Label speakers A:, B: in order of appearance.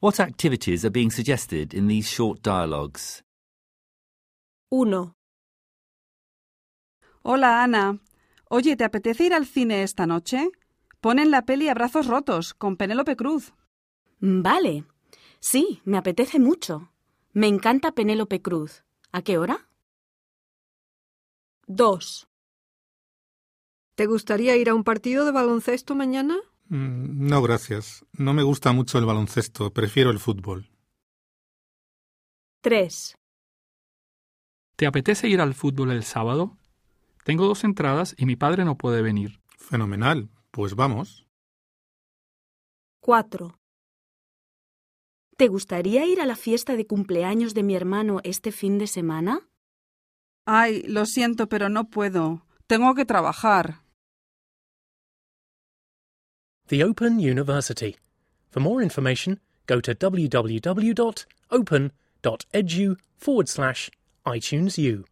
A: What activities are being suggested in these short dialogues?
B: 1,
C: Hola, Ana. Oye, ¿te apetece ir al cine esta noche? Ponen la peli Abrazos rotos con Penélope Cruz.
D: Vale. Sí, me apetece mucho. Me encanta Penélope Cruz. ¿A qué hora?
B: 2,
E: ¿Te gustaría ir a un partido de baloncesto mañana?
F: Mm, No, gracias. No me gusta mucho el baloncesto, prefiero el fútbol.
B: 3,
G: ¿Te apetece ir al fútbol el sábado? Tengo dos entradas y mi padre no puede venir.
F: Fenomenal. Pues vamos.
B: 4,
D: ¿Te gustaría ir a la fiesta de cumpleaños de mi hermano este fin de semana?
C: Ay, lo siento, pero no puedo. Tengo que trabajar.
H: The Open University. For more information, go to www.open.edu forward slash iTunes U.